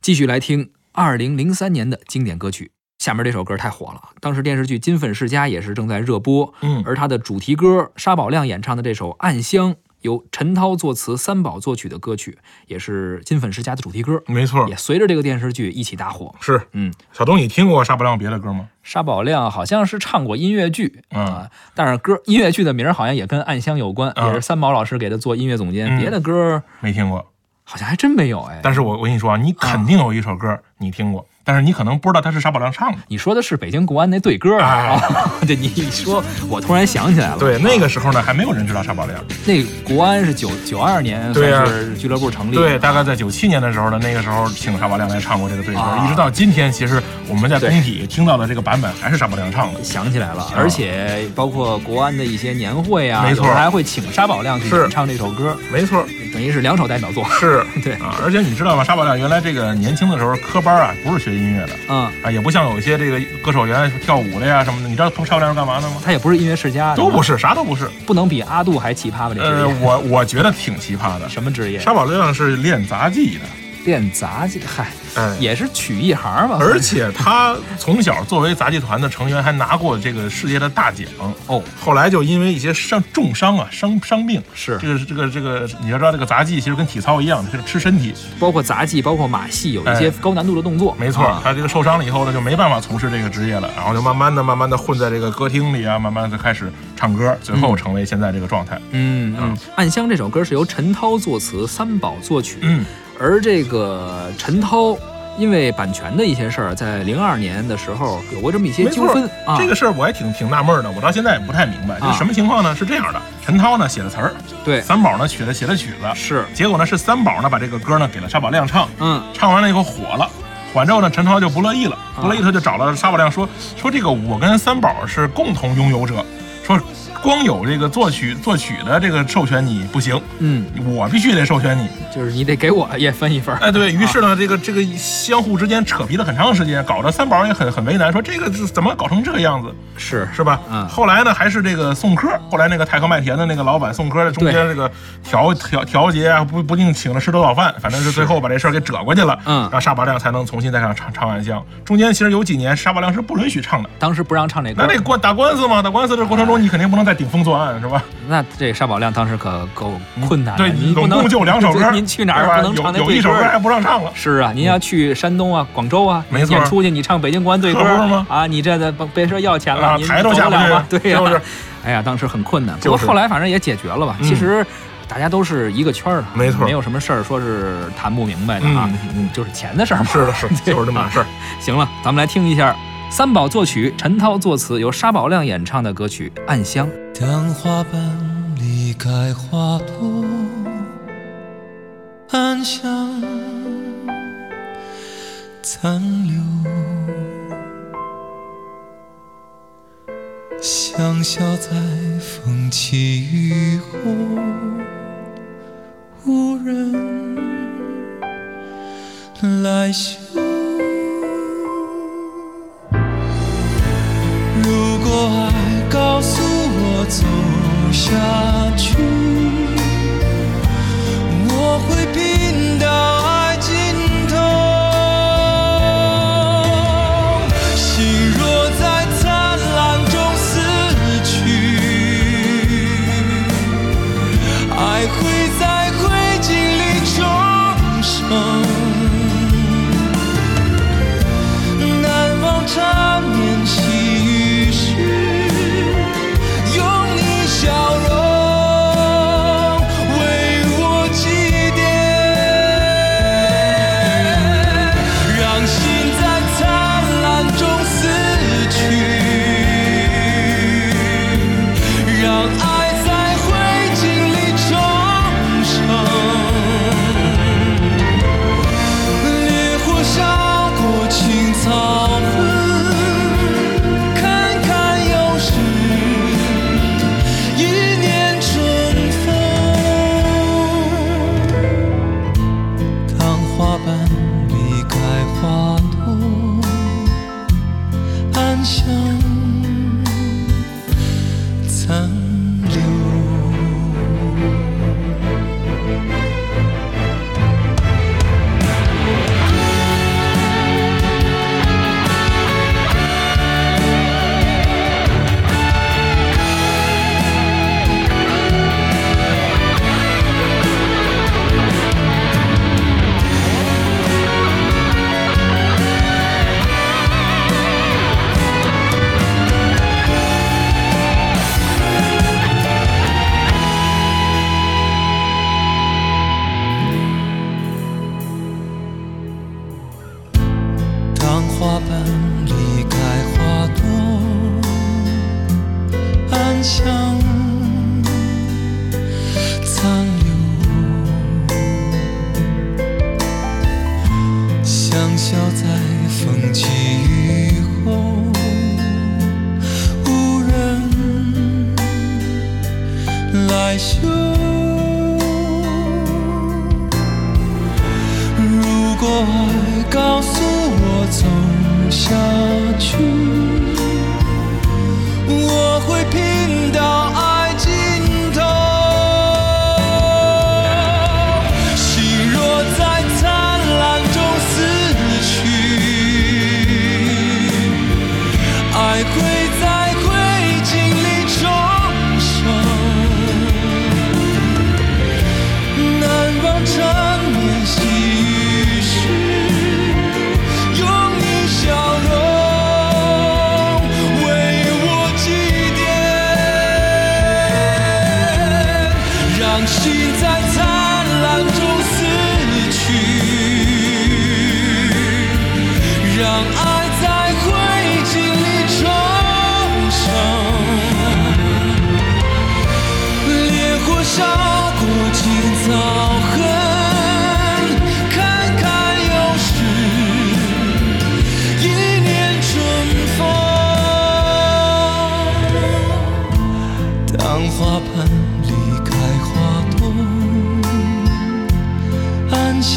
继续来听二零零三年的经典歌曲。下面这首歌太火了，当时电视剧《金粉世家》也是正在热播，嗯而它的主题歌沙宝亮演唱的这首《暗香》，由陈涛作词、三宝作曲的歌曲，也是《金粉世家》的主题歌，没错也，随着这个电视剧一起大火。是。嗯，小东，你听过沙宝亮别的歌吗？沙宝亮好像是唱过音乐剧嗯啊，但是歌音乐剧的名儿好像也跟《暗香》有关，啊也是三宝老师给他做音乐总监，嗯别的歌儿没听过。好像还真没有哎。但是我我跟你说啊，你肯定有一首歌你听过，但是你可能不知道它是沙宝亮唱的。你说的是北京国安那对歌啊？哦 对，你一说，我突然想起来了。哎对，那个时候呢，还没有人知道沙宝亮。那国安是九九二年对啊算是俱乐部成立，对，大概在九七年的时候呢，那个时候请沙宝亮来唱过这个对歌，啊一直到今天，其实我们在对工体听到的这个版本还是沙宝亮唱的。想起来了。而且包括国安的一些年会啊，啊没错有时候还会请沙宝亮去是演唱这首歌，没错，等于是两首代表作。 是对啊。而且你知道吗？沙宝亮原来这个年轻的时候科班啊，不是学音乐的嗯，啊，也不像有一些这个歌手原来是跳舞的呀什么的。你知道沙宝亮是干嘛的吗？他也不是音乐世家，都不是吧，是，啥都不是。不能比阿杜还奇葩吧？这呃职业，我我觉得挺奇葩的。什么职业？沙宝亮是练杂技的，练杂技，嗨，哎，也是曲艺行嘛。而且他从小作为杂技团的成员，还拿过这个世界的大奖。哦，后来就因为一些伤重伤啊，伤伤病，是这个这个这个，你要知道这个杂技其实跟体操一样，就是吃身体，包括杂技，包括马戏，有一些哎高难度的动作。没错。啊他这个受伤了以后呢，就没办法从事这个职业了，然后就慢慢的、慢慢的混在这个歌厅里啊，慢慢的开始唱歌，最后成为现在这个状态。嗯嗯，《暗香》这首歌是由陈涛作词，三宝作曲。嗯，而这个陈涛因为版权的一些事儿，在零二年的时候有过这么一些没纠错纷啊。这个事儿我也挺挺纳闷的，我到现在也不太明白，这啊是什么情况呢？是这样的，陈涛呢写的词儿，对三宝呢写的写的曲子，是，结果呢是三宝呢把这个歌呢给了沙宝亮唱，嗯唱完了以后火了，火完之后呢，陈涛就不乐意了，啊不乐意他就找了沙宝亮说说这个我跟三宝是共同拥有者，说光有这个作曲作曲的这个授权你不行，嗯，啊我必须得授权你。就是你得给我也分一份儿。哎，对于是呢，这个这个相互之间扯皮了很长时间，搞得三宝也很很为难，说这个是怎么搞成这个样子，是是吧？嗯后来呢，还是这个送客，后来那个太和麦田的那个老板送客的中间这个调调调节啊，不不定请了十多道饭，反正是最后把这事儿给折过去了。嗯让沙宝亮才能重新再上唱唱暗香。中间其实有几年沙宝亮是不允许唱的。当时不让唱这歌那，这官打官司嘛，打官司这过程中你肯定不能再顶风作案，是吧？那这沙宝亮当时可够困难的。嗯对，您不总能共就两首歌， 对您去哪对儿吧不能唱那有有对一首歌歌还儿？不让唱了。嗯是啊，您要去山东啊、广州啊，没错演出去，你唱北京国安对歌可不是吗啊，你这的别说要钱了，啊您台都走下不不去了 吗？对呀，是不是？哎呀，当时很困难，不过就是后来反正也解决了吧。嗯其实大家都是一个圈儿的，没错没有什么事儿说是谈不明白的啊嗯，嗯，就是钱的事儿嘛。是的， 是的就是这么点事儿。行了，咱们来听一下三宝作曲、陈涛作词，由沙宝亮演唱的歌曲《暗香》。当花瓣离开花朵，暗香残留。香消在风起雨后，无人来嗅。如果爱告诉我走下去，我会拼到爱尽头。心若在灿烂中死去，爱会在灰烬里重生。难忘缠绵细雨时，用你笑容为我祭奠，让心在灿烂中死去，让爱在灰烬里重生。烈火烧过青草痕，看看又是一年春风。当花瓣离开花朵，暗香残留。让花瓣离开花朵，暗香残留，香消在风起雨后，无人来嗅。如果爱告诉我走下去，我会拼到爱尽头。心若在灿烂中死去，爱会在灰烬里重生。难忘缠绵细雨时，用你笑容为我祭奠，让心在灿烂中死去，让爱在灰烬里重生。烈火烧过今早恨，堪堪又是一年春风。当花瓣离开花朵，暗香。